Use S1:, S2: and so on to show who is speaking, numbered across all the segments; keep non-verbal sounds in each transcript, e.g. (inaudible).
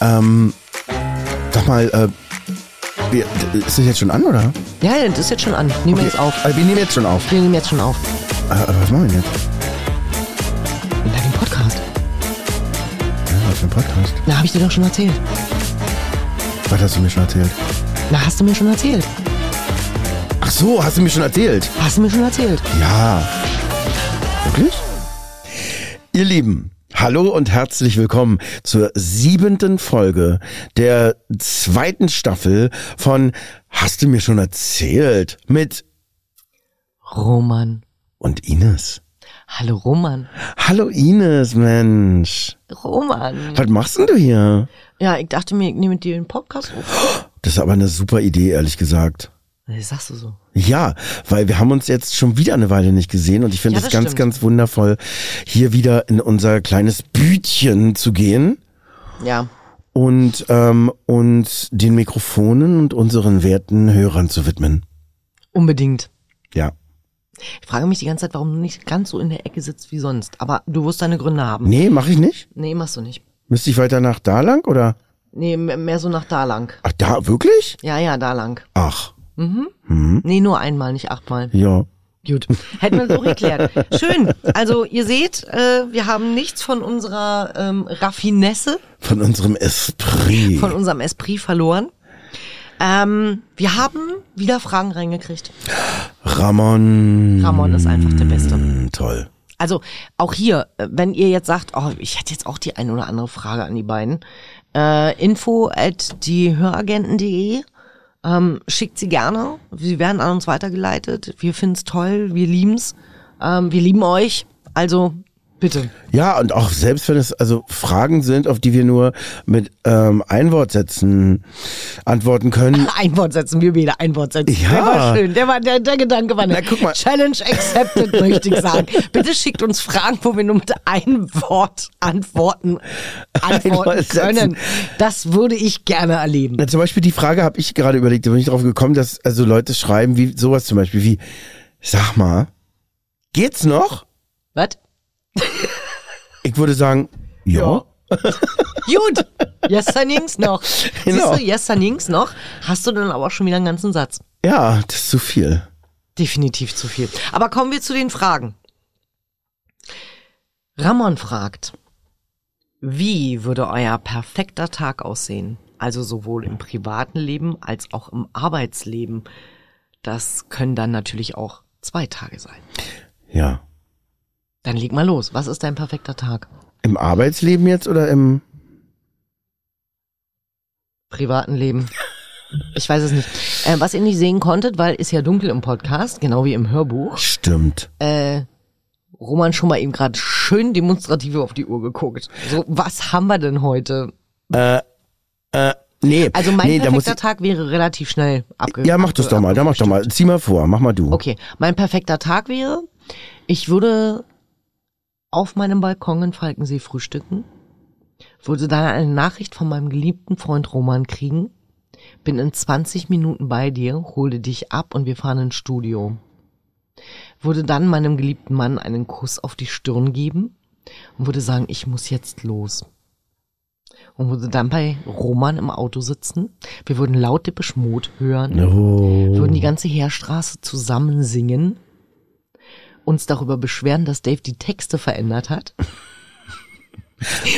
S1: Ähm, sag mal, äh, wir, ist das jetzt schon an, oder?
S2: Ja, ja, das ist jetzt schon an. Nehmen wir jetzt auf.
S1: Äh, wir nehmen jetzt schon auf.
S2: Wir nehmen jetzt schon auf.
S1: Äh, aber was machen wir denn jetzt?
S2: Na, den Podcast.
S1: Ja, was für ein Podcast?
S2: Na, habe ich dir doch schon erzählt.
S1: Was hast du mir schon erzählt?
S2: Na, hast du mir schon erzählt.
S1: Ach so, hast du mir schon erzählt?
S2: Hast du mir schon erzählt.
S1: Ja. Wirklich? Ihr Lieben, hallo und herzlich willkommen zur siebenten Folge der zweiten Staffel von Hast du mir schon erzählt? mit
S2: Roman.
S1: und Ines.
S2: Hallo Roman.
S1: Hallo Ines, Mensch.
S2: Roman.
S1: Was machst denn du hier?
S2: Ja, ich dachte mir, ich nehme mit dir den Podcast auf.
S1: Das ist aber eine super Idee, ehrlich gesagt.
S2: Das sagst du so.
S1: Ja, weil wir haben uns jetzt schon wieder eine Weile nicht gesehen und ich finde
S2: Ja,
S1: es
S2: das
S1: ganz,
S2: stimmt.
S1: ganz wundervoll, hier wieder in unser kleines Bütchen zu gehen.
S2: Ja.
S1: und ähm, uns den Mikrofonen und unseren werten Hörern zu widmen.
S2: Unbedingt.
S1: Ja.
S2: Ich frage mich die ganze Zeit, warum du nicht ganz so in der Ecke sitzt wie sonst. Aber du wirst deine Gründe haben.
S1: Nee, mache ich nicht.
S2: Nee, machst du nicht.
S1: Müsste ich weiter nach da lang oder?
S2: Nee, m- mehr so nach da lang.
S1: Ach, da wirklich?
S2: Ja, ja, da lang.
S1: Ach,
S2: Nee, nur einmal, nicht achtmal.
S1: ja.
S2: Gut. Hätten wir so geklärt. Schön. Also ihr seht, äh, wir haben nichts von unserer ähm, Raffinesse,
S1: Von unserem Esprit.
S2: von unserem Esprit verloren. Ähm, wir haben wieder Fragen reingekriegt.
S1: Ramon.
S2: Ramon ist einfach der Beste.
S1: Mm, Toll.
S2: Also auch hier, äh, wenn ihr jetzt sagt, oh, ich hätte jetzt auch die ein oder andere Frage an die beiden, äh, info at diehöragenten.de ähm, schickt sie gerne. Sie werden an uns weitergeleitet. Wir finden's toll, wir lieben's, ähm, wir lieben euch. Also bitte.
S1: Ja, und auch selbst wenn es also Fragen sind, auf die wir nur mit ähm, Einwortsätzen antworten können.
S2: (laughs) Ein Wort setzen, wir beide ein Wort setzen.
S1: Ja.
S2: Der war schön, der, war, der, der Gedanke war nett.
S1: Na, guck mal.
S2: Challenge accepted, möchte
S1: (laughs)
S2: ich sagen. Bitte schickt uns Fragen, wo wir nur mit einem Wort antworten, antworten
S1: Wort setzen.
S2: können. Das würde ich gerne erleben.
S1: Na, zum Beispiel die Frage habe ich gerade überlegt, da bin ich drauf gekommen, dass also Leute schreiben, wie sowas zum Beispiel wie, sag mal, geht's noch?
S2: Was?
S1: Ich würde sagen, ja.
S2: Ja. Gut, jesternings noch.
S1: Genau.
S2: Siehst du, jesternings noch, hast du dann aber auch schon wieder einen ganzen Satz.
S1: Ja, das ist zu viel.
S2: Definitiv zu viel. Aber kommen wir zu den Fragen. Ramon fragt, wie würde euer perfekter Tag aussehen? Also sowohl im privaten Leben als auch im Arbeitsleben. Das können dann natürlich auch zwei Tage sein.
S1: Ja.
S2: Dann leg mal los. Was ist dein perfekter Tag?
S1: Im Arbeitsleben jetzt oder im.
S2: privaten Leben. Ich weiß es nicht. Äh, was ihr nicht sehen konntet, weil ist ja dunkel im Podcast, genau wie im Hörbuch.
S1: Stimmt.
S2: Äh, Roman schon mal eben gerade schön demonstrativ auf die Uhr geguckt. So, was haben wir denn heute?
S1: Nee,
S2: Also mein
S1: nee, da muss
S2: perfekter
S1: ich,
S2: Tag wäre relativ schnell abge.
S1: Ja, mach das doch mal, da mach doch mal. Zieh mal vor, mach mal du.
S2: Okay, mein perfekter Tag wäre, ich würde auf meinem Balkon in Falkensee frühstücken, würde dann eine Nachricht von meinem geliebten Freund Roman kriegen, bin in 20 Minuten bei dir, hole dich ab und wir fahren ins Studio. Würde dann meinem geliebten Mann einen Kuss auf die Stirn geben und würde sagen, ich muss jetzt los. Und würde dann bei Roman im Auto sitzen. Wir würden laut Depeche Mode hören
S1: Oh.
S2: würden die ganze Heerstraße zusammen singen, uns darüber beschweren, dass Dave die Texte verändert hat.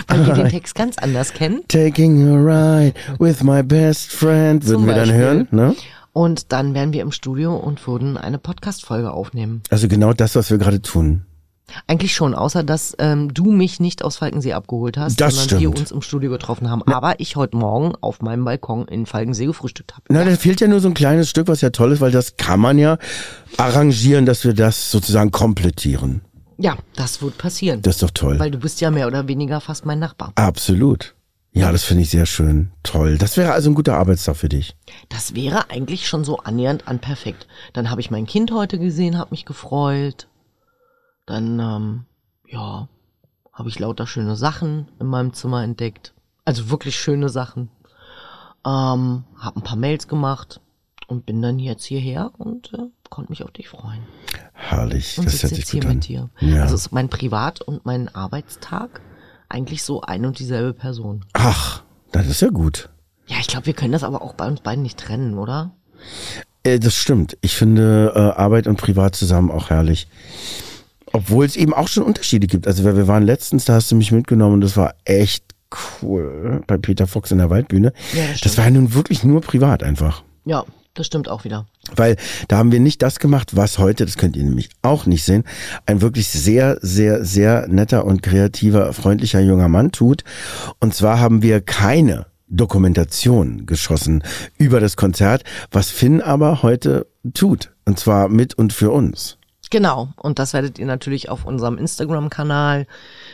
S2: Weil
S1: (laughs)
S2: wir den Text ganz anders kennen.
S1: Taking a ride with my best friend. Würden
S2: Zum
S1: wir dann
S2: Beispiel.
S1: hören, ne?
S2: Und dann wären wir im Studio und würden eine Podcast-Folge aufnehmen.
S1: Also genau das, was wir gerade tun.
S2: Eigentlich schon, außer dass ähm, du mich nicht aus Falkensee abgeholt hast,
S1: Das
S2: sondern
S1: stimmt.
S2: wir uns im Studio getroffen haben. Aber ich heute Morgen auf meinem Balkon in Falkensee gefrühstückt habe.
S1: Na, da fehlt ja nur so ein kleines Stück, was ja toll ist, weil das kann man ja arrangieren, dass wir das sozusagen komplettieren.
S2: Ja, das wird passieren.
S1: Das ist doch toll.
S2: weil du bist ja mehr oder weniger fast mein Nachbar.
S1: Absolut. Ja, das finde ich sehr schön. Toll. Das wäre also ein guter Arbeitstag für dich.
S2: Das wäre eigentlich schon so annähernd an perfekt. Dann habe ich mein Kind heute gesehen, habe mich gefreut. Dann, ähm, ja, habe ich lauter schöne Sachen in meinem Zimmer entdeckt. Also wirklich schöne Sachen. Ähm, habe ein paar Mails gemacht und bin dann jetzt hierher und äh, konnte mich auf dich freuen.
S1: Herrlich.
S2: Und
S1: das
S2: sitze
S1: hört
S2: jetzt
S1: sich
S2: hier
S1: gut an.
S2: mit dir.
S1: Ja.
S2: Also ist mein Privat- und mein Arbeitstag eigentlich so ein und dieselbe Person.
S1: Ach, Das ist ja gut.
S2: Ja, ich glaube, wir können das aber auch bei uns beiden nicht trennen, oder?
S1: Äh, das stimmt. Ich finde äh, Arbeit und Privat zusammen auch herrlich. Obwohl es eben auch schon Unterschiede gibt. Also weil wir waren letztens, da hast du mich mitgenommen und das war echt cool bei Peter Fox in der Waldbühne.
S2: Ja, das
S1: das,
S2: stimmt.
S1: war nun wirklich nur privat einfach.
S2: Ja, das stimmt auch wieder.
S1: Weil da haben wir nicht das gemacht, was heute, das könnt ihr nämlich auch nicht sehen, ein wirklich sehr, sehr, sehr netter und kreativer, freundlicher junger Mann tut. Und zwar haben wir keine Dokumentation geschossen über das Konzert, was Finn aber heute tut. Und zwar mit und für uns.
S2: Genau. Und das werdet ihr natürlich auf unserem Instagram-Kanal,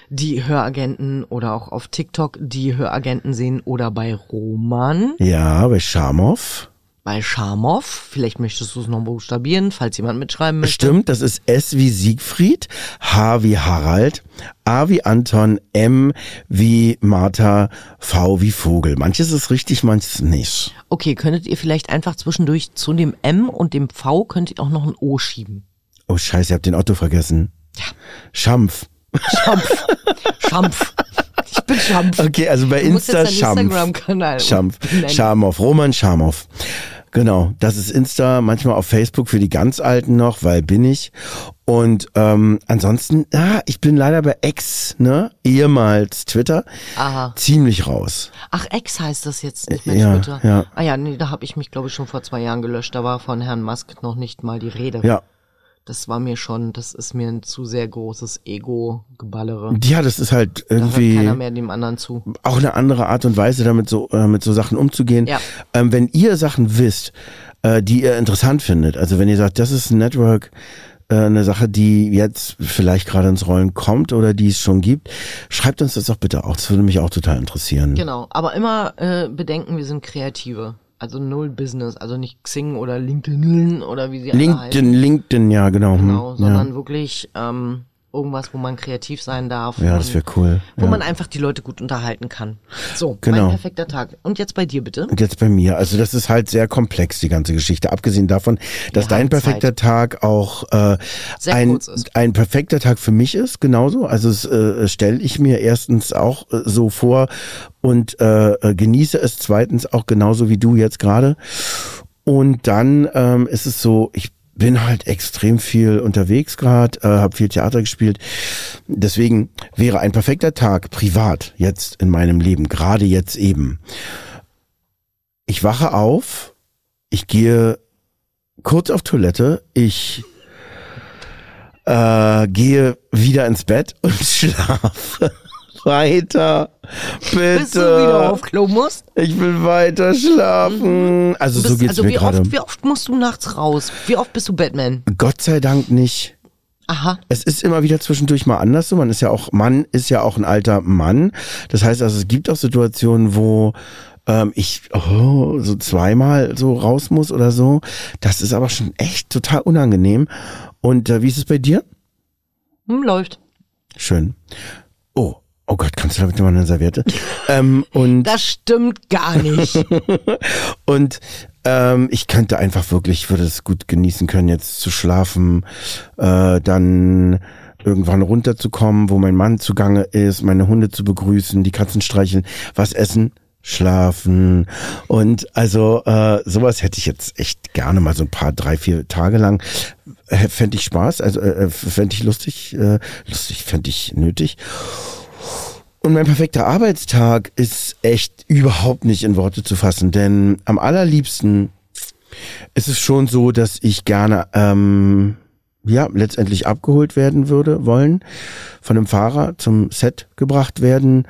S2: die Höragenten oder auch auf TikTok, die Höragenten sehen oder bei Roman,
S1: Ja, bei Schamow.
S2: bei Schamow. Vielleicht möchtest du es noch buchstabieren, falls jemand mitschreiben möchte.
S1: Stimmt, das ist S wie Siegfried, H wie Harald, A wie Anton, M wie Martha, V wie Vogel. Manches ist richtig, manches nicht.
S2: Okay, könntet ihr vielleicht einfach zwischendurch zu dem M und dem V könnt ihr auch noch ein O schieben.
S1: Oh scheiße, ihr habt den Otto vergessen. Ja. Schampf.
S2: Schampf. Schampf. Ich bin Schampf.
S1: Okay, also bei
S2: Du musst
S1: Insta
S2: jetzt deinen
S1: Schampf.
S2: Instagram-Kanal
S1: Schampf.
S2: nennen.
S1: Schamow. Roman Schamow. Genau, das ist Insta, manchmal auf Facebook für die ganz Alten noch, weil bin ich. Und ähm, ansonsten, ah, ich bin leider bei Ex, ne? Ehemals Twitter.
S2: Aha.
S1: Ziemlich raus.
S2: Ach, Ex heißt das jetzt nicht mehr
S1: Äh, Ja,
S2: Twitter.
S1: ja.
S2: Ah ja, nee, da habe ich mich, glaube ich, schon vor zwei Jahren gelöscht. Da war von Herrn Musk noch nicht mal die Rede.
S1: Ja.
S2: Das war mir schon, das ist mir ein zu sehr großes Ego-Geballere.
S1: Ja, das ist halt
S2: Da hört keiner
S1: irgendwie
S2: mehr dem anderen zu.
S1: auch eine andere Art und Weise, damit so, äh, mit so Sachen umzugehen.
S2: Ja.
S1: Ähm, wenn ihr Sachen wisst, äh, die ihr interessant findet, also wenn ihr sagt, das ist ein Network, äh, eine Sache, die jetzt vielleicht gerade ins Rollen kommt oder die es schon gibt, schreibt uns das doch bitte auch. Das würde mich auch total interessieren.
S2: Genau, aber immer äh, bedenken, wir sind Kreative. Also null Business, also nicht Xing oder LinkedIn oder wie sie alle heißen.
S1: LinkedIn, LinkedIn, ja, genau. hm,
S2: Genau,
S1: ja.
S2: sondern wirklich ähm, irgendwas, wo man kreativ sein darf.
S1: ja, das
S2: und
S1: wäre cool.
S2: Wo
S1: ja.
S2: man einfach die Leute gut unterhalten kann. So,
S1: Genau.
S2: mein perfekter Tag. Und jetzt bei dir bitte.
S1: Und jetzt bei mir. Also das ist halt sehr komplex, die ganze Geschichte. Abgesehen davon, dass
S2: Wir
S1: dein
S2: haben
S1: perfekter Tag auch äh,
S2: Sehr
S1: ein,
S2: kurz ist.
S1: ein perfekter Tag für mich ist, genauso. Also es äh, stelle ich mir erstens auch äh, so vor und äh, äh, genieße es zweitens auch genauso wie du jetzt gerade. Und dann ähm, ist es so, ich bin halt extrem viel unterwegs gerade, äh, habe viel Theater gespielt. Deswegen wäre ein perfekter Tag privat jetzt in meinem Leben, gerade jetzt eben. Ich wache auf, ich gehe kurz auf Toilette, ich äh, gehe wieder ins Bett und (laughs) schlafe weiter. Bitte.
S2: Bis du wieder auf Klo musst.
S1: Ich will weiter schlafen. Also so
S2: Bist-
S1: geht's
S2: also
S1: mir
S2: wie
S1: gerade.
S2: oft, wie oft musst du nachts raus? Wie oft bist du Batman?
S1: Gott sei Dank nicht.
S2: Aha.
S1: Es ist immer wieder zwischendurch mal anders so. Man ist ja auch, Mann ist ja auch ein alter Mann. Das heißt also, es gibt auch Situationen, wo ähm, ich oh, so zweimal so raus muss oder so. Das ist aber schon echt total unangenehm. Und äh, wie ist es bei dir?
S2: Hm, läuft.
S1: Schön. Oh, oh Gott, kannst du damit nochmal eine Serviette? ähm, und
S2: Das stimmt gar nicht.
S1: Und ähm, ich könnte einfach wirklich, ich würde es gut genießen können, jetzt zu schlafen, äh, dann irgendwann runterzukommen, wo mein Mann zugange ist, meine Hunde zu begrüßen, die Katzen streicheln, was essen, schlafen. Und also äh, sowas hätte ich jetzt echt gerne mal so ein paar, drei, vier Tage lang. Äh, Fände ich Spaß, also äh, fände ich lustig, äh, lustig fände ich nötig. Und mein perfekter Arbeitstag ist echt überhaupt nicht in Worte zu fassen, denn am allerliebsten ist es schon so, dass ich gerne ähm, ja letztendlich abgeholt werden würde wollen, von einem Fahrer zum Set gebracht werden,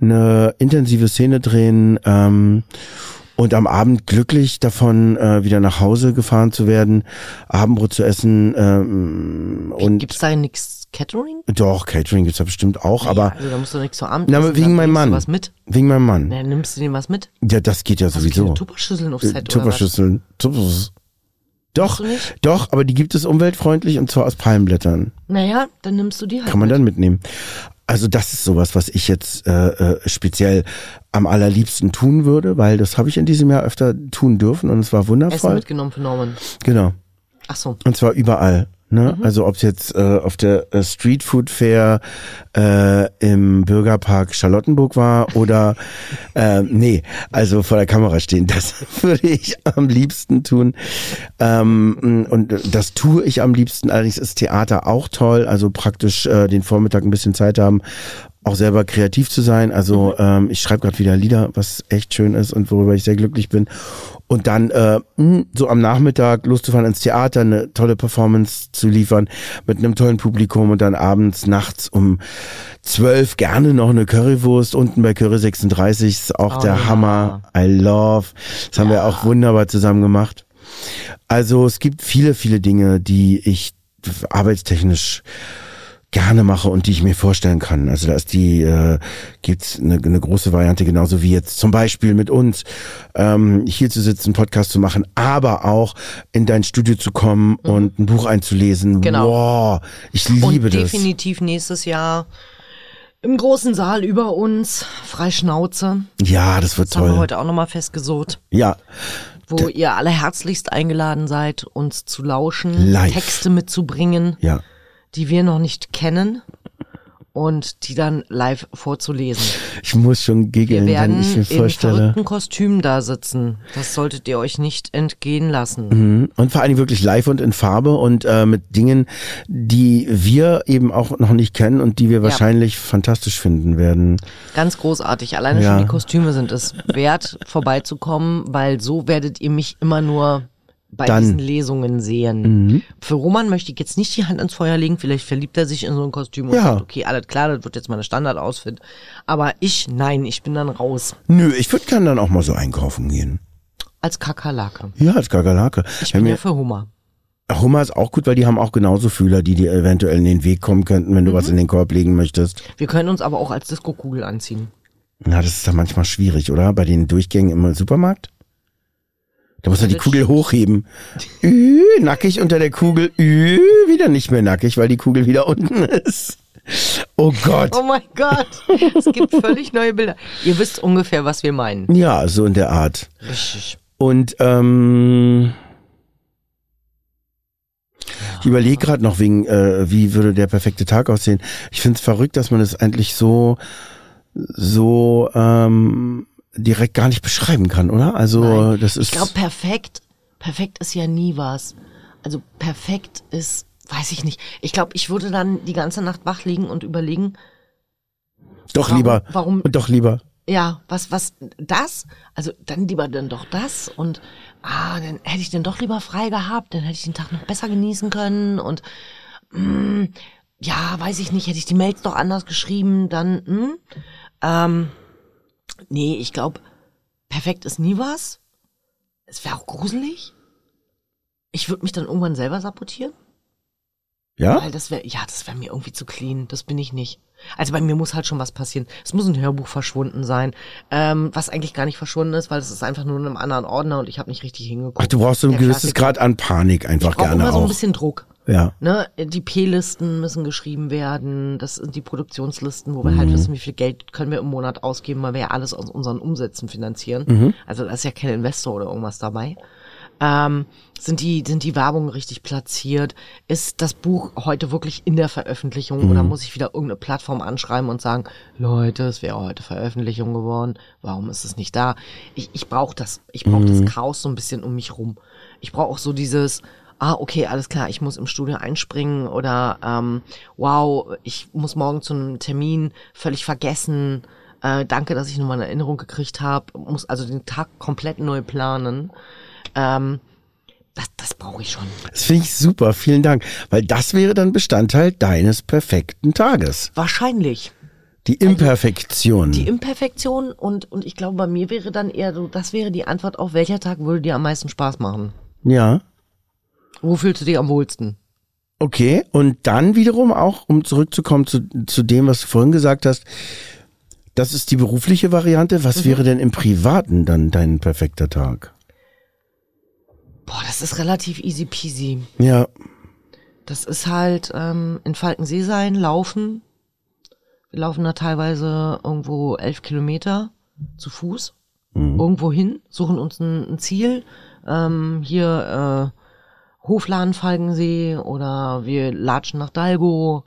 S1: eine intensive Szene drehen ähm, und am Abend glücklich davon äh, wieder nach Hause gefahren zu werden, Abendbrot zu essen ähm, (laughs) und
S2: Gibt's da nix Catering?
S1: doch Catering gibt's da bestimmt auch, aber
S2: Also da musst du nichts zu Abend.
S1: Na,
S2: essen,
S1: aber wegen
S2: dann
S1: meinem
S2: nimmst du
S1: Mann.
S2: Was mit?
S1: wegen meinem Mann.
S2: Na, nimmst du dem was mit?
S1: Ja, das geht ja sowieso.
S2: Kleine Tupperschüsseln aufs
S1: Äh,
S2: Set Also oder was?
S1: Tupperschüsseln. Tupperschüsseln. Doch,
S2: du nicht?
S1: doch, aber die gibt es umweltfreundlich und zwar aus Palmblättern.
S2: Naja, dann nimmst du die halt
S1: Kann man
S2: mit.
S1: dann mitnehmen. Also das ist sowas, was ich jetzt äh, äh, speziell am allerliebsten tun würde, weil das habe ich in diesem Jahr öfter tun dürfen und es war
S2: Essen
S1: wundervoll.
S2: mitgenommen für Norman.
S1: Genau.
S2: Ach so.
S1: Und zwar überall. Ne? Also ob es jetzt äh, auf der äh, Street Food Fair äh, im Bürgerpark Charlottenburg war oder (laughs) äh, nee, also vor der Kamera stehen, das (laughs) würde ich am liebsten tun. Ähm, und das tue ich am liebsten. Allerdings ist Theater auch toll, also praktisch äh, den Vormittag ein bisschen Zeit haben, auch selber kreativ zu sein.
S2: Mhm.
S1: Also ähm, ich schreibe gerade wieder Lieder, was echt schön ist und worüber ich sehr glücklich bin. Und dann äh, mh, so am Nachmittag loszufahren ins Theater, eine tolle Performance zu liefern mit einem tollen Publikum und dann abends, nachts um zwölf gerne noch eine Currywurst unten bei Curry 36 ist auch
S2: Oh
S1: der
S2: ja.
S1: Hammer. I love. Das haben wir auch wunderbar zusammen gemacht. Also es gibt viele, viele Dinge, die ich arbeitstechnisch gerne mache und die ich mir vorstellen kann. Also da ist die, äh, gibt's eine, eine große Variante, genauso wie jetzt zum Beispiel mit uns, ähm, hier zu sitzen, Podcast zu machen, aber auch in dein Studio zu kommen und ein Buch einzulesen.
S2: Mhm. Genau.
S1: Wow, ich liebe
S2: Und
S1: das.
S2: definitiv nächstes Jahr im großen Saal über uns, frei Schnauze.
S1: Ja, das wird
S2: Das haben wir
S1: toll.
S2: heute auch nochmal festgesucht,
S1: Ja,
S2: wo ihr alle herzlichst eingeladen seid, uns zu lauschen,
S1: Live.
S2: Texte mitzubringen,
S1: ja.
S2: die wir noch nicht kennen und die dann live vorzulesen.
S1: Ich muss schon
S2: Wir
S1: giggeln, wenn
S2: werden
S1: ich mir
S2: in
S1: vorstelle.
S2: verrückten Kostümen da sitzen. Das solltet ihr euch nicht entgehen lassen.
S1: Mhm. Und vor allen Dingen wirklich live und in Farbe und äh, mit Dingen, die wir eben auch noch nicht kennen und die wir wahrscheinlich fantastisch finden werden.
S2: Ganz großartig. Alleine
S1: Ja.
S2: schon die Kostüme sind es
S1: (laughs)
S2: wert, vorbeizukommen, weil so werdet ihr mich immer nur bei
S1: Dann. Mhm.
S2: diesen Lesungen sehen. Für Roman möchte ich jetzt nicht die Hand ins Feuer legen. Vielleicht verliebt er sich in so ein Kostüm und
S1: Ja.
S2: sagt, okay, alles klar, das wird jetzt meine Standard-Outfit. Aber ich, nein, ich bin dann raus.
S1: Nö, ich würde gern dann auch mal so einkaufen gehen.
S2: Als Kakerlake.
S1: Ja, als Kakerlake.
S2: Ich
S1: Wenn
S2: bin ja
S1: mir,
S2: für Hummer.
S1: Hummer ist auch gut, weil die haben auch genauso Fühler, die dir eventuell in den Weg kommen könnten,
S2: Mhm.
S1: wenn du was in den Korb legen möchtest.
S2: Wir können uns aber auch als Disco-Kugel anziehen.
S1: Na, das ist ja manchmal schwierig, oder? Bei den Durchgängen im Supermarkt? Da muss man die
S2: das
S1: Kugel
S2: (laughs)
S1: hochheben. Ü, nackig unter der Kugel. Ü, wieder nicht mehr nackig, weil die Kugel wieder unten (laughs) ist. Oh Gott.
S2: Oh mein
S1: (laughs)
S2: Gott, es gibt völlig neue Bilder. Ihr wisst ungefähr, was wir meinen.
S1: Ja, so in der Art.
S2: Richtig.
S1: Und ähm, ich überlege gerade noch wegen, äh, wie würde der perfekte Tag aussehen. Ich finde es verrückt, dass man es eigentlich so, so ähm, direkt gar nicht beschreiben kann, oder? Also
S2: Nein.
S1: das ist.
S2: Ich glaube, perfekt, perfekt ist ja nie was. Also perfekt ist, weiß ich nicht. Ich glaube, ich würde dann die ganze Nacht wach liegen und überlegen,
S1: doch
S2: warum-
S1: lieber.
S2: warum-
S1: Doch lieber.
S2: ja, was, was, das? Also dann lieber dann doch das und ah, dann hätte ich den doch lieber frei gehabt, dann hätte ich den Tag noch besser genießen können und mm, ja, weiß ich nicht, hätte ich die Mails doch anders geschrieben, dann mm, ähm, nee, ich glaube, perfekt ist nie was. Es wäre auch gruselig. Ich würde mich dann irgendwann selber sabotieren.
S1: Ja?
S2: Weil das wäre, ja, das wäre mir irgendwie zu clean. Das bin ich nicht. Also bei mir muss halt schon was passieren. Es muss ein Hörbuch verschwunden sein, ähm, was eigentlich gar nicht verschwunden ist, weil es ist einfach nur in einem anderen Ordner und ich habe nicht richtig hingeguckt.
S1: Ach, du brauchst so ein
S2: Der
S1: gewisses
S2: Klassiker.
S1: Grad an Panik einfach
S2: Ich brauche
S1: gerne
S2: immer so ein
S1: auch.
S2: bisschen Druck.
S1: ja.
S2: Ne? Die P-Listen müssen geschrieben werden. Das sind die Produktionslisten, wo wir
S1: Mhm.
S2: halt wissen, wie viel Geld können wir im Monat ausgeben, weil wir ja alles aus unseren Umsätzen finanzieren.
S1: Mhm.
S2: Also da ist ja kein Investor oder irgendwas dabei. Ähm, sind die, sind die Werbung richtig platziert? Ist das Buch heute wirklich in der Veröffentlichung oder muss ich wieder irgendeine Plattform anschreiben und sagen, Leute, es wäre heute Veröffentlichung geworden, warum ist es nicht da? Ich, ich brauche das, ich brauche das Chaos so ein bisschen um mich rum. Ich brauche auch so dieses, ah, okay, alles klar, ich muss im Studio einspringen oder ähm, wow, ich muss morgen zu einem Termin völlig vergessen. Äh, danke, dass ich nochmal eine Erinnerung gekriegt habe. Muss also den Tag komplett neu planen. Ähm, das das brauche ich schon.
S1: Das finde ich super, vielen Dank. Weil das wäre dann Bestandteil deines perfekten Tages.
S2: Wahrscheinlich.
S1: Die Imperfektion.
S2: Also, Die Imperfektion und, und ich glaube, bei mir wäre dann eher so, das wäre die Antwort auf welcher Tag würde dir am meisten Spaß machen?
S1: ja.
S2: Wo fühlst du dich am wohlsten?
S1: Okay, und dann wiederum auch, um zurückzukommen zu, zu dem, was du vorhin gesagt hast, das ist die berufliche Variante.
S2: Mhm.
S1: Was wäre denn im Privaten dann dein perfekter Tag?
S2: Boah, das ist relativ easy peasy.
S1: Ja,
S2: Das ist halt ähm, in Falkensee sein, laufen. Wir laufen da teilweise irgendwo elf Kilometer zu Fuß,
S1: Mhm.
S2: irgendwo hin, suchen uns ein, ein Ziel. Ähm, hier äh, Hofladen Falkensee oder wir latschen nach Dalgo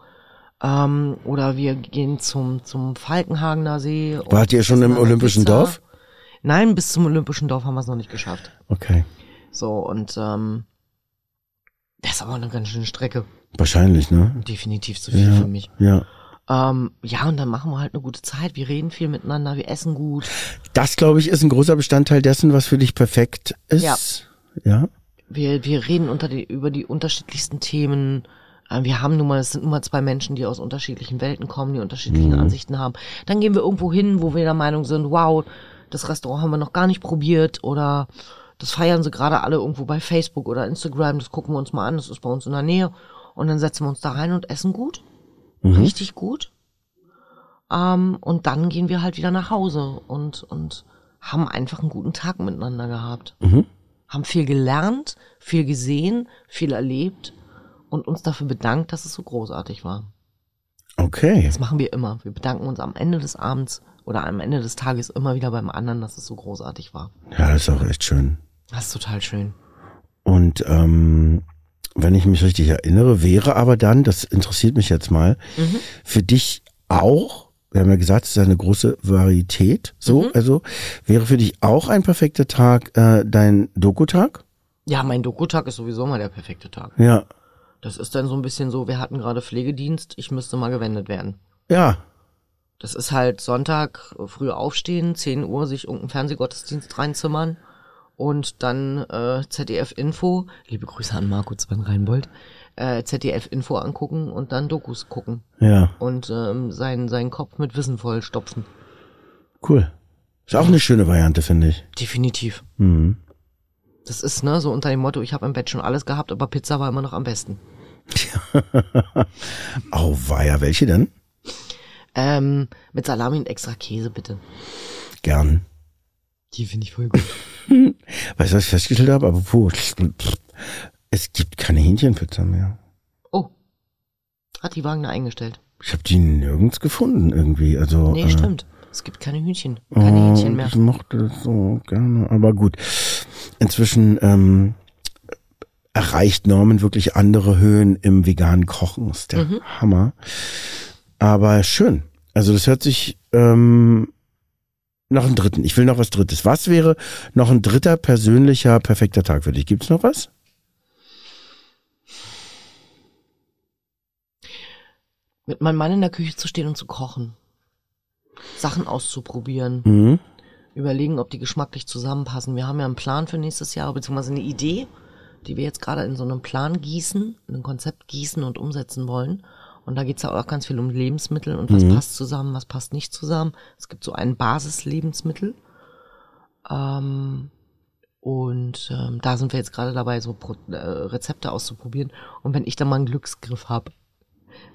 S2: ähm, oder wir gehen zum, zum Falkenhagener See. und
S1: Wart ihr schon
S2: essen
S1: im
S2: eine
S1: Olympischen
S2: Pizza.
S1: Dorf?
S2: Nein, bis zum Olympischen Dorf haben wir es noch nicht geschafft.
S1: Okay.
S2: So, und ähm, das ist aber eine ganz schöne Strecke.
S1: Wahrscheinlich, ne?
S2: Definitiv zu viel
S1: Ja.
S2: für mich.
S1: Ja.
S2: Ähm, ja, und dann machen wir halt eine gute Zeit. Wir reden viel miteinander, wir essen gut.
S1: Das, glaube ich, ist ein großer Bestandteil dessen, was für dich perfekt ist. Ja.
S2: Wir, wir reden unter die, über die unterschiedlichsten Themen. Ähm, Wir haben nun mal, es sind nun mal zwei Menschen, die aus unterschiedlichen Welten kommen, die unterschiedlichen Ansichten haben. Dann gehen wir irgendwo hin, wo wir der Meinung sind, wow, das Restaurant haben wir noch gar nicht probiert oder das feiern sie gerade alle irgendwo bei Facebook oder Instagram, das gucken wir uns mal an, das ist bei uns in der Nähe. Und dann setzen wir uns da rein und essen gut, richtig gut. Ähm, und dann gehen wir halt wieder nach Hause und, und haben einfach einen guten Tag miteinander gehabt haben viel gelernt, viel gesehen, viel erlebt und uns dafür bedankt, dass es so großartig war.
S1: Okay.
S2: Das machen wir immer. Wir bedanken uns am Ende des Abends oder am Ende des Tages immer wieder beim anderen, dass es so großartig war.
S1: Ja, ist auch echt schön.
S2: Das ist total schön.
S1: Und ähm, wenn ich mich richtig erinnere, wäre aber dann, das interessiert mich jetzt mal, für dich auch, wir haben ja gesagt, es ist eine große Varietät, so, also wäre für dich auch ein perfekter Tag äh, dein Dokutag?
S2: Ja, mein Dokutag ist sowieso mal der perfekte Tag.
S1: Ja.
S2: Das ist dann so ein bisschen so, wir hatten gerade Pflegedienst, ich müsste mal gewendet werden.
S1: Ja.
S2: Das ist halt Sonntag äh, früh aufstehen, 10 Uhr sich irgendeinen Fernsehgottesdienst reinzimmern und dann äh, ZDF Info, liebe Grüße an Marco Sven Reinbold, äh, ZDF Info angucken und dann Dokus gucken
S1: Ja.
S2: und ähm, seinen, seinen Kopf mit Wissen vollstopfen.
S1: Cool. Ist auch eine schöne Variante, finde ich.
S2: Definitiv.
S1: (laughs) Mhm.
S2: Das ist ne so unter dem Motto, ich habe im Bett schon alles gehabt, aber Pizza war immer noch am besten.
S1: Auweia, welche denn?
S2: Ähm, mit Salami und extra Käse bitte.
S1: Gern.
S2: Die finde ich voll gut.
S1: Weißt du, was ich festgestellt habe? Aber puh, es gibt keine Hähnchenpizza mehr.
S2: Oh, hat die Wagner eingestellt.
S1: Ich habe die nirgends gefunden irgendwie. Also,
S2: Nee,
S1: äh,
S2: stimmt. Es gibt keine Hühnchen, keine
S1: oh,
S2: Hähnchen mehr.
S1: Ich mochte das so gerne. Aber gut, inzwischen ähm, erreicht Norman wirklich andere Höhen im veganen Kochen. Ist der
S2: Mhm.
S1: Hammer. Aber schön. Also das hört sich ähm, noch einen dritten. Ich will noch was Drittes. Was wäre noch ein dritter persönlicher perfekter Tag für dich? Gibt's noch was?
S2: mit meinem Mann in der Küche zu stehen und zu kochen. Sachen auszuprobieren,
S1: Mhm.
S2: überlegen, ob die geschmacklich zusammenpassen. Wir haben ja einen Plan für nächstes Jahr, beziehungsweise eine Idee, die wir jetzt gerade in so einem Plan gießen, in ein Konzept gießen und umsetzen wollen. Und da geht's ja auch ganz viel um Lebensmittel und was passt zusammen, was passt nicht zusammen. Es gibt so ein Basislebensmittel. Ähm, und ähm, da sind wir jetzt gerade dabei, so Pro äh, Rezepte auszuprobieren. Und wenn ich dann mal einen Glücksgriff habe,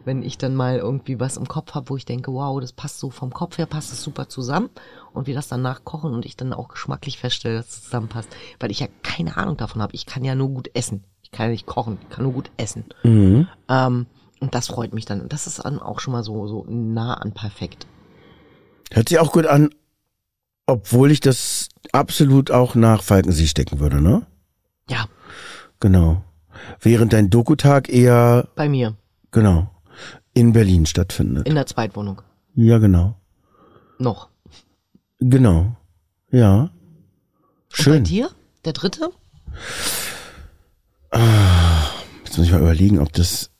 S2: wenn ich dann mal irgendwie was im Kopf habe, wo ich denke, wow, das passt so vom Kopf her, passt es super zusammen und wir das danach kochen und ich dann auch geschmacklich feststelle, dass es zusammenpasst, weil ich ja keine Ahnung davon habe. Ich kann ja nur gut essen. Ich kann ja nicht kochen, ich kann nur gut essen.
S1: Mhm.
S2: Ähm, und das freut mich dann. Und das ist dann auch schon mal so, so nah an perfekt.
S1: Hört sich auch gut an, obwohl ich das absolut auch nach Falkensee stecken würde, ne?
S2: Ja,
S1: Genau. Während dein Dokutag eher,
S2: bei mir
S1: genau, in Berlin stattfindet.
S2: in der Zweitwohnung.
S1: Ja, genau.
S2: Noch.
S1: Genau. Ja.
S2: Und bei
S1: Schön.
S2: dir? Der dritte?
S1: Jetzt muss ich mal überlegen, ob das,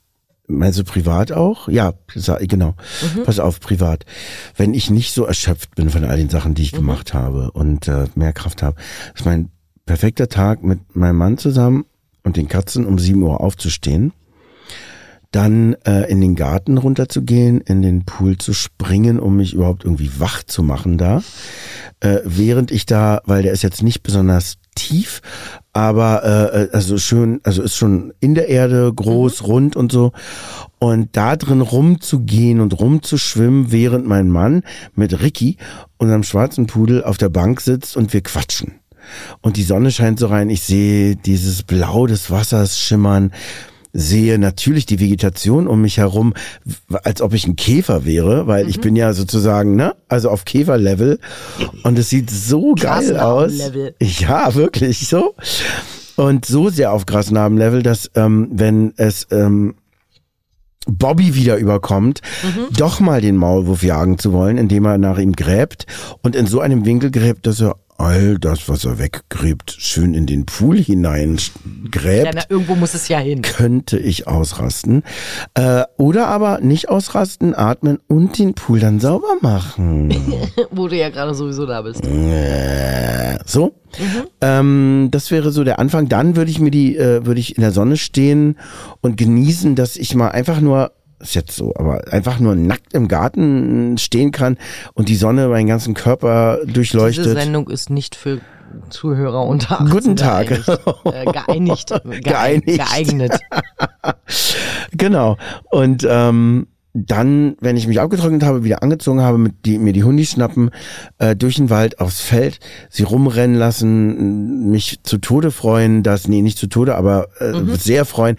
S1: meinst du privat auch? Ja, sa- genau. Pass auf, privat. Wenn ich nicht so erschöpft bin von all den Sachen, die ich gemacht habe und äh, mehr Kraft habe, ist mein perfekter Tag mit meinem Mann zusammen und den Katzen um 7 Uhr aufzustehen. dann äh, in den Garten runterzugehen, in den Pool zu springen, um mich überhaupt irgendwie wach zu machen da. Äh, während ich da, weil der ist jetzt nicht besonders tief, aber äh, also schön, also ist schon in der Erde, groß, rund und so. Und da drin rumzugehen und rumzuschwimmen, während mein Mann mit Ricky, unserem schwarzen Pudel, auf der Bank sitzt und wir quatschen. Und die Sonne scheint so rein. Ich sehe dieses Blau des Wassers schimmern. Sehe natürlich die Vegetation um mich herum, w- als ob ich ein Käfer wäre, weil ich bin ja sozusagen, ne, also auf Käferlevel. Und es sieht so geil aus.
S2: Klassenraumlevel.
S1: Ja, wirklich so. Und so sehr auf Grasnarben-Level, dass ähm, wenn es ähm, Bobby wieder überkommt, doch mal den Maulwurf jagen zu wollen, indem er nach ihm gräbt und in so einem Winkel gräbt, dass er all das, was er weggräbt, schön in den Pool hinein
S2: Ja, ne.
S1: gräbt
S2: na, irgendwo muss es
S1: (laughs)
S2: ja hin.
S1: könnte ich ausrasten. Äh, oder aber nicht ausrasten, atmen und den Pool dann sauber machen.
S2: Wo du ja gerade sowieso da bist.
S1: Äh, so. Ähm, das wäre so der Anfang. Dann würde ich mir die, äh, würde ich in der Sonne stehen und genießen, dass ich mal einfach nur, ist jetzt so, aber einfach nur nackt im Garten stehen kann und die Sonne meinen ganzen Körper
S2: Diese
S1: durchleuchtet.
S2: Sendung ist nicht für Zuhörer unter 18
S1: Guten Tag.
S2: Geeinigt. Äh,
S1: (laughs)
S2: geeinigt. Geein-
S1: Geeinigt.
S2: Geeignet.
S1: Genau. Und ähm, dann, wenn ich mich abgetrocknet habe, wieder angezogen habe, mit die, mir die Hundi schnappen, äh, durch den Wald aufs Feld, sie rumrennen lassen, mich zu Tode freuen, dass, nee, nicht zu Tode, aber äh, sehr freuen,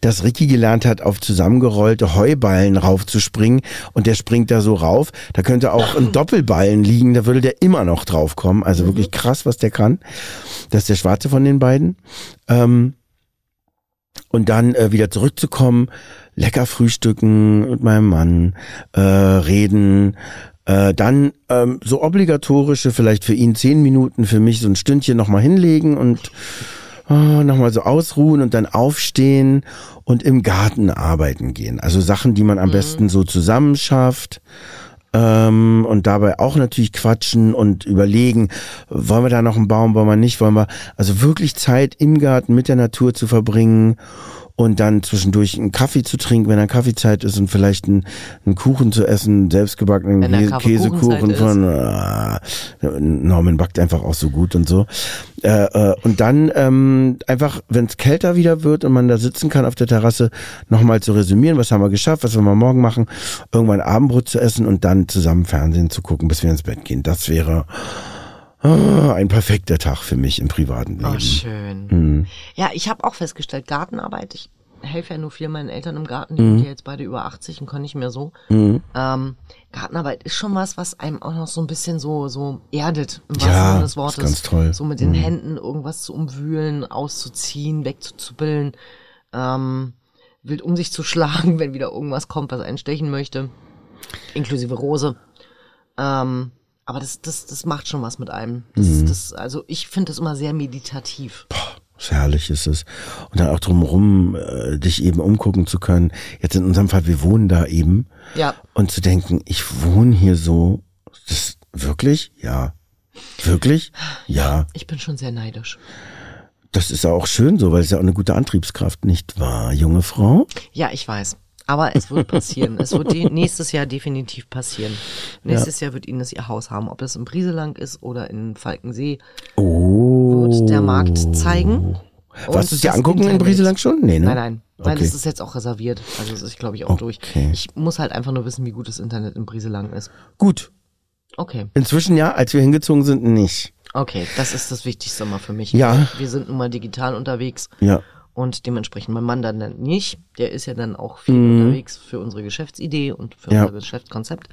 S1: dass Ricky gelernt hat, auf zusammengerollte Heuballen raufzuspringen und der springt da so rauf. Da könnte auch ein Doppelballen liegen, da würde der immer noch draufkommen. Also wirklich krass, was der kann. Das ist der Schwarze von den beiden. Ähm, und dann äh, wieder zurückzukommen, lecker frühstücken mit meinem Mann, äh, reden. Äh, dann ähm, so obligatorische, vielleicht für ihn zehn Minuten, für mich so ein Stündchen nochmal hinlegen und oh, nochmal so ausruhen und dann aufstehen und im Garten arbeiten gehen. Also Sachen, die man am besten so zusammen schafft. Ähm, und dabei auch natürlich quatschen und überlegen, wollen wir da noch einen Baum, wollen wir nicht, wollen wir, also wirklich Zeit im Garten mit der Natur zu verbringen und dann zwischendurch einen Kaffee zu trinken, wenn dann Kaffeezeit ist und vielleicht einen, einen Kuchen zu essen, selbstgebackenen
S2: Wenn dann
S1: Kä- Käsekuchen
S2: Kaffeekuchenzeit
S1: von ah, Norman backt einfach auch so gut und so. Äh, äh, und dann ähm, einfach, wenn es kälter wieder wird und man da sitzen kann auf der Terrasse, nochmal zu resümieren, was haben wir geschafft, was wollen wir morgen machen, irgendwann Abendbrot zu essen und dann zusammen Fernsehen zu gucken, bis wir ins Bett gehen. Das wäre ah, ein perfekter Tag für mich im privaten Leben.
S2: Oh, schön. Ja, ich habe auch festgestellt, Gartenarbeit, ich helfe ja nur viel meinen Eltern im Garten, die sind ja jetzt beide über 80 und können nicht mehr so. Ähm, Gartenarbeit ist schon was, was einem auch noch so ein bisschen so, so erdet, im wahrsten
S1: Ja,
S2: Sinne des
S1: ist
S2: Wortes.
S1: ganz toll. Mhm.
S2: So mit den Händen irgendwas zu umwühlen, auszuziehen, wegzuzubillen, ähm, wild um sich zu schlagen, (laughs) wenn wieder irgendwas kommt, was einen stechen möchte, inklusive Rose. Ähm, aber das, das, das macht schon was mit einem. Das,
S1: Mhm.
S2: das, also ich finde das immer sehr meditativ.
S1: Was herrlich ist es. Und dann auch drumherum, äh, dich eben umgucken zu können. Jetzt in unserem Fall, wir wohnen da eben.
S2: Ja.
S1: Und zu denken, ich wohne hier so. Das, wirklich? Ja. Wirklich? Ja.
S2: Ich bin schon sehr neidisch.
S1: Das ist ja auch schön so, weil es ja auch eine gute Antriebskraft, nicht wahr, junge Frau?
S2: Ja, ich weiß. Aber es wird passieren. es
S1: (laughs)
S2: wird de- nächstes Jahr definitiv passieren. Nächstes Jahr wird Ines ihr Haus haben. Ob es im Brieselang ist oder in Falkensee,
S1: Oh.
S2: wird der Markt zeigen. Und
S1: Warst du es dir
S2: das
S1: angucken in
S2: Internet.
S1: Brieselang schon? Nee, ne?
S2: Nein, nein. Nein,
S1: Okay.
S2: das ist jetzt auch reserviert. Also das ist, glaube ich, auch durch.
S1: Okay.
S2: Ich muss halt einfach nur wissen, wie gut das Internet in Brieselang ist.
S1: Gut.
S2: Okay.
S1: Inzwischen ja, als wir hingezogen sind, nicht.
S2: Okay, das ist das Wichtigste mal für mich.
S1: Ja.
S2: Wir sind nun mal digital unterwegs.
S1: Ja.
S2: Und dementsprechend mein Mann dann nicht. Der ist ja dann auch viel unterwegs für unsere Geschäftsidee und für
S1: Mhm. Ja.
S2: unser Geschäftskonzept.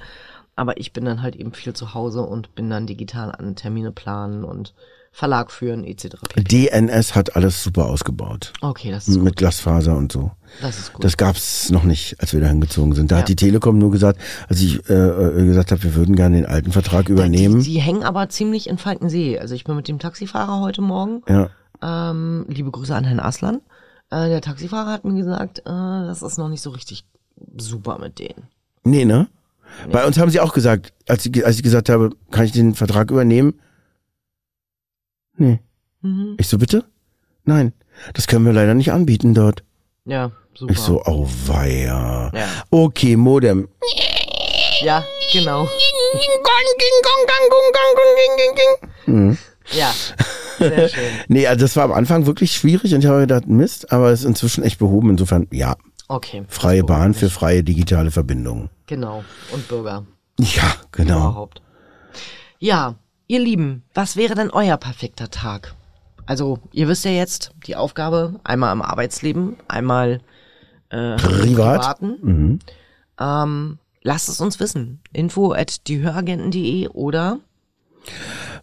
S2: Aber ich bin dann halt eben viel zu Hause und bin dann digital an Termine planen und Verlag führen etc. pp.
S1: DNS hat alles super ausgebaut.
S2: Okay, das ist gut.
S1: Mit Glasfaser und so.
S2: Das ist gut.
S1: Mhm. Das gab's noch nicht, als wir da hingezogen sind. Da
S2: Ja.
S1: hat die Telekom nur gesagt, als ich äh, äh, gesagt habe, wir würden gerne den alten Vertrag übernehmen.
S2: Die, die hängen aber ziemlich in Falkensee. Also ich bin mit dem Taxifahrer heute Morgen.
S1: ja.
S2: Ähm, liebe Grüße an Herrn Aslan. Äh, der Taxifahrer hat mir gesagt, äh, das ist noch nicht so richtig super mit denen.
S1: Nee, ne? Bei uns haben sie auch gesagt, als ich, als ich gesagt habe, kann ich den Vertrag übernehmen? Nee.
S2: Mhm.
S1: Ich so, bitte? Nein. Das können wir leider nicht anbieten dort.
S2: Ja, super.
S1: Ich so, oh weia.
S2: Ja.
S1: Okay, Modem.
S2: Ja, genau. Ja,
S1: (laughs)
S2: sehr schön.
S1: Nee, also das war am Anfang wirklich schwierig und ich habe gedacht, Mist, aber es ist inzwischen echt behoben. Insofern, ja,
S2: Okay.
S1: freie Bahn für freie digitale Verbindungen.
S2: Genau. Und Bürger
S1: Ja, genau.
S2: überhaupt. Ja, ihr Lieben, was wäre denn euer perfekter Tag? Also, ihr wisst ja jetzt die Aufgabe, einmal im Arbeitsleben, einmal äh, im
S1: Privat. Mhm.
S2: privaten. Ähm, lasst es uns wissen. Info at diehöragenten.de oder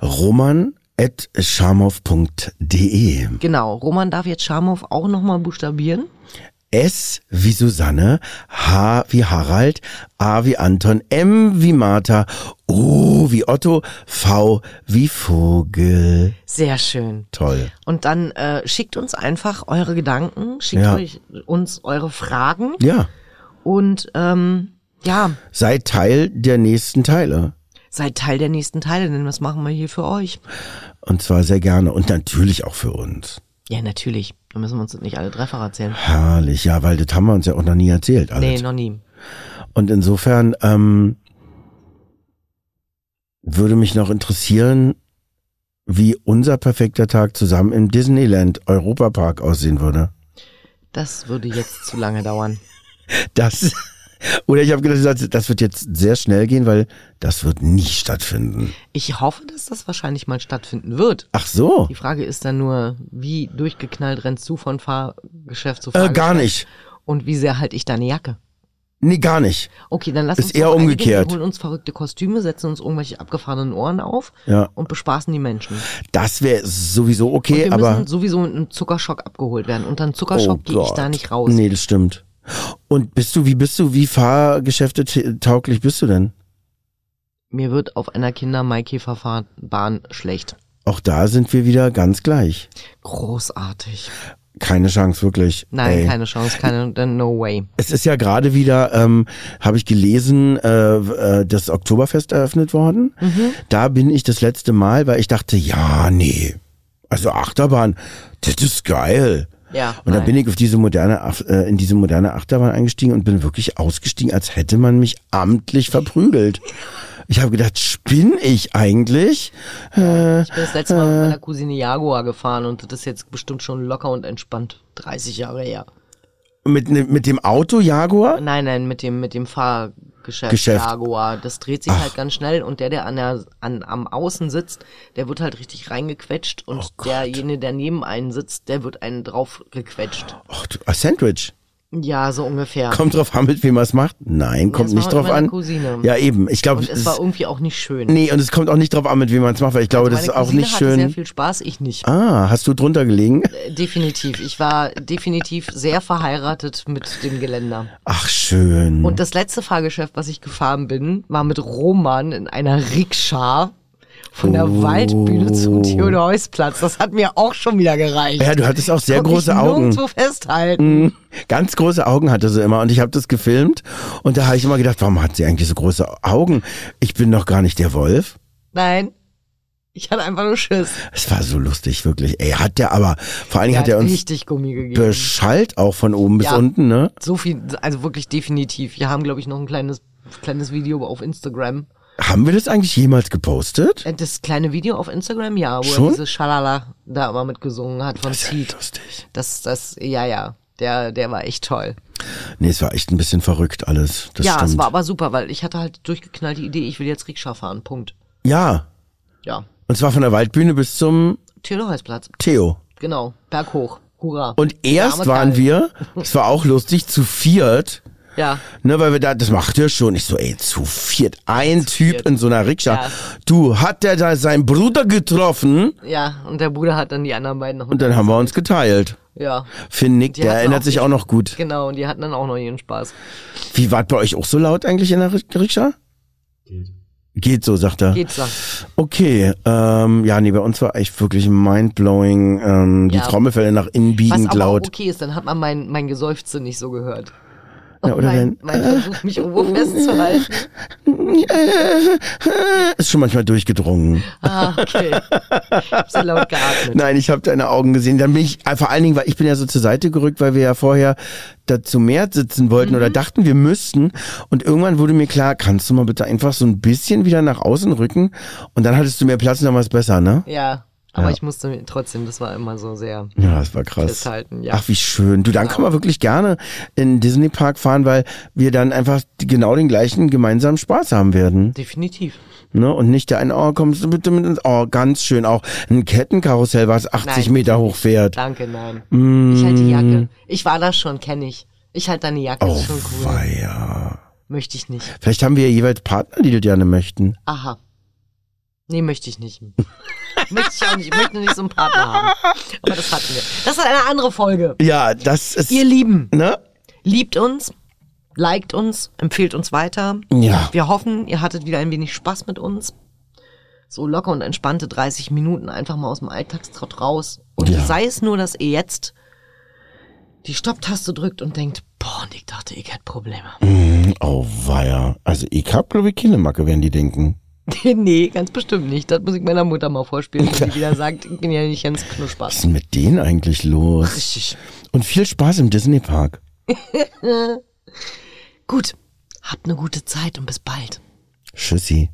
S1: Roman at schamhoff.de.
S2: Genau, Roman darf jetzt Schamow auch nochmal buchstabieren.
S1: S wie Susanne, H wie Harald, A wie Anton, M wie Martha, O wie Otto, V wie Vogel.
S2: Sehr schön.
S1: Toll.
S2: Und dann äh, schickt uns einfach eure Gedanken, schickt
S1: Ja.
S2: euch, uns eure Fragen
S1: Ja,
S2: und ähm, ja,
S1: seid Teil der nächsten Teile.
S2: seid Teil der nächsten Teile, denn was machen wir hier für euch?
S1: Und zwar sehr gerne und natürlich auch für uns.
S2: Ja, natürlich. Da müssen wir uns nicht alle Treffer erzählen.
S1: Herrlich, ja, weil das haben wir uns ja auch noch nie erzählt. Alles.
S2: Nee, noch nie.
S1: Und insofern ähm, würde mich noch interessieren, wie unser perfekter Tag zusammen im Disneyland Europapark aussehen würde.
S2: Das würde jetzt zu lange dauern.
S1: Das. (laughs) Oder ich habe gedacht, das wird jetzt sehr schnell gehen, weil das wird nie stattfinden.
S2: Ich hoffe, dass das wahrscheinlich mal stattfinden wird.
S1: Ach so.
S2: Die Frage ist dann nur, wie durchgeknallt rennst du von Fahrgeschäft zu
S1: Äh,
S2: Fahrgeschäft?
S1: gar nicht.
S2: Und wie sehr halte ich deine Jacke?
S1: Nee, gar nicht.
S2: Okay, dann lass
S1: Ist
S2: uns
S1: eher
S2: doch einigen.
S1: umgekehrt.
S2: Wir holen uns verrückte Kostüme, setzen uns irgendwelche abgefahrenen Ohren auf
S1: Ja.
S2: und bespaßen die Menschen.
S1: Das wäre sowieso
S2: Und
S1: okay,
S2: wir
S1: aber. Oh
S2: müssen sowieso mit einem Zuckerschock abgeholt werden. Unter einen Zuckerschock gehe ich da
S1: Gott.
S2: nicht raus.
S1: Nee, das stimmt. Und bist du, wie bist du, wie Fahrgeschäfte t- tauglich bist du denn?
S2: Mir wird auf einer Kinder-Maikäferbahn schlecht.
S1: Auch da sind wir wieder ganz gleich.
S2: Großartig.
S1: Keine Chance, wirklich.
S2: Nein,
S1: Ey.
S2: keine Chance,
S1: (laughs)
S2: keine, dann no way.
S1: Es ist ja gerade wieder, ähm, habe ich gelesen, äh, äh, das Oktoberfest eröffnet worden.
S2: Mhm.
S1: Da bin ich das letzte Mal, weil ich dachte, ja, nee. Also Achterbahn, das ist geil.
S2: Ja,
S1: Und dann
S2: nein.
S1: bin ich auf diese moderne, Ach- äh, in diese moderne Achterbahn eingestiegen und bin wirklich ausgestiegen, als hätte man mich amtlich verprügelt. Ich habe gedacht, spinn ich eigentlich?
S2: Ich bin das letzte Mal mit
S1: Äh.
S2: meiner Cousine Jaguar gefahren und das ist jetzt bestimmt schon locker und entspannt 30 Jahre her.
S1: Mit, ne- mit dem Auto Jaguar?
S2: Nein, nein, mit dem, mit dem Fahrgeschäft
S1: Geschäft.
S2: Jaguar. Das dreht sich halt ganz schnell und der, der an der, an, am Außen sitzt, der wird halt richtig reingequetscht
S1: Oh
S2: und derjenige, der neben einen sitzt, der wird einen draufgequetscht.
S1: Och, du, ein Sandwich.
S2: Ja, so ungefähr.
S1: Kommt drauf an, mit wem man es macht? Nein, kommt
S2: das
S1: nicht
S2: war
S1: drauf
S2: mit meiner
S1: an.
S2: Cousine.
S1: Ja, eben. Ich glaube,
S2: und es war irgendwie auch nicht schön.
S1: nee, und es kommt auch nicht drauf an, mit wem man es macht, weil ich glaube,
S2: Also Meine
S1: das ist auch
S2: Cousine
S1: nicht
S2: hatte sehr
S1: schön.
S2: viel Spaß, ich nicht.
S1: Ah, hast du drunter gelegen?
S2: Äh, Definitiv. Ich war definitiv sehr verheiratet mit dem Geländer.
S1: Ach, schön.
S2: Und das letzte Fahrgeschäft, was ich gefahren bin, war mit Roman in einer Rikscha von der
S1: Oh.
S2: Waldbühne zum Theodor-Heuss-Platz. Das hat mir auch schon wieder gereicht.
S1: ja, du hattest auch sehr
S2: Konnte
S1: große
S2: ich
S1: Augen. Mhm.
S2: Nirgendwo festhalten.
S1: Ganz große Augen hatte sie immer und ich habe das gefilmt und da habe ich immer gedacht, warum hat sie eigentlich so große Augen? Ich bin doch gar nicht der Wolf.
S2: Nein. Ich hatte einfach nur Schiss.
S1: Es war so lustig, wirklich. Ey, hat der aber, vor allen Dingen hat er uns
S2: richtig Gummi gegeben.
S1: beschallt auch von oben bis
S2: Ja.
S1: unten, ne?
S2: So viel, also wirklich definitiv. Wir haben, glaube ich, noch ein kleines, kleines Video auf Instagram.
S1: Haben wir das eigentlich jemals gepostet?
S2: Äh, Das kleine Video auf Instagram, ja, wo
S1: Schon?
S2: er diese Schalala da immer mitgesungen hat von
S1: Sehr
S2: Seed.
S1: lustig.
S2: Das, das, ja, ja. Der, der war echt toll.
S1: Nee, es war echt ein bisschen verrückt alles. Das
S2: ja,
S1: stimmt.
S2: es war aber super, weil ich hatte halt durchgeknallt die Idee, ich will jetzt Rikscha fahren. Punkt.
S1: ja,
S2: Ja.
S1: und zwar von der Waldbühne bis zum
S2: Theodorheisplatz,
S1: Theo.
S2: genau. Berg hoch. Hurra.
S1: Und erst
S2: Arme
S1: waren
S2: Kerl. (laughs)
S1: wir, das war auch lustig, zu viert.
S2: ja.
S1: Ne, weil wir da, das macht ja schon. Ich so, ey, zu viert. Ein Typ
S2: viert.
S1: in so einer Rikscha.
S2: Ja.
S1: Du, hat der da seinen Bruder getroffen?
S2: Ja, und der Bruder hat dann die anderen beiden noch
S1: Und dann haben wir uns geteilt.
S2: Ja.
S1: Finn Nick,
S2: Die
S1: der
S2: hatten
S1: erinnert
S2: auch
S1: sich
S2: nicht-
S1: auch noch gut.
S2: Genau, und die hatten dann auch noch ihren Spaß.
S1: Wie war bei euch auch so laut eigentlich in der Rik- Rikscha? Geht. Geht so, sagt er.
S2: Geht's dann.
S1: Okay, ähm, ja, nee, bei uns war echt wirklich mindblowing, ähm, die
S2: Ja.
S1: Trommelfälle nach innen
S2: Was
S1: biegend
S2: aber auch
S1: laut.
S2: okay ist, dann hat man mein, mein Geseufze nicht so gehört.
S1: Ja, oder
S2: oh mein,
S1: wenn-
S2: mein Versuch, mich irgendwo festzuhalten.
S1: (laughs) Ist schon manchmal durchgedrungen.
S2: Ah, okay. Ich hab so laut geatmet.
S1: Nein, ich habe deine Augen gesehen. Dann bin ich, äh, vor allen Dingen, weil ich bin ja so zur Seite gerückt, weil wir ja vorher dazu mehr sitzen wollten
S2: Mhm.
S1: oder dachten, wir müssten. Und irgendwann wurde mir klar, kannst du mal bitte einfach so ein bisschen wieder nach außen rücken? Und dann hattest du mehr Platz und dann war es besser, ne?
S2: Ja, aber
S1: Ja.
S2: ich musste mir- trotzdem, das war immer so sehr.
S1: Ja, das war krass.
S2: Festhalten, ja.
S1: Ach, wie schön. Du, dann kann man wirklich gerne in den Disney Park fahren, weil wir dann einfach die- genau den gleichen gemeinsamen Spaß haben werden.
S2: Definitiv.
S1: Ne? Und nicht der eine, oh, kommst du bitte mit uns? Oh, ganz schön. Auch ein Kettenkarussell, was 80
S2: Nein.
S1: Meter hoch fährt. Hm.
S2: Danke, nein.
S1: Mm.
S2: Ich halte die Jacke. Ich war das schon, kenne ich. Ich halte deine Jacke,
S1: Oh,
S2: ist schon cool.
S1: weia.
S2: Möchte ich nicht.
S1: Vielleicht haben wir ja jeweils Partner, die das gerne möchten. (laughs)
S2: Aha. Nee, möchte ich nicht. möchte ich auch nicht. Ich möchte nicht so einen Partner haben. Aber das hatten wir. Das ist eine andere Folge.
S1: Ja, das ist.
S2: Ihr Lieben,
S1: ne?
S2: liebt uns, liked uns, empfehlt uns weiter.
S1: Ja.
S2: Wir hoffen, ihr hattet wieder ein wenig Spaß mit uns. So locker und entspannte 30 Minuten einfach mal aus dem Alltagstrott raus. Und
S1: Ja.
S2: sei es nur, dass ihr jetzt die Stopptaste drückt und denkt, boah, ich dachte, ich hätte Probleme. (laughs)
S1: Oh, weia. Also, ich hab, glaube ich, Kindermacke, werden die denken.
S2: nee, ganz bestimmt nicht. Das muss ich meiner Mutter mal vorspielen, wenn die wieder sagt, ich bin ja nicht ganz knusper.
S1: Was ist denn mit denen eigentlich los?
S2: Richtig.
S1: Und viel Spaß im Disney-Park.
S2: Gut, habt eine gute Zeit und bis bald.
S1: Tschüssi.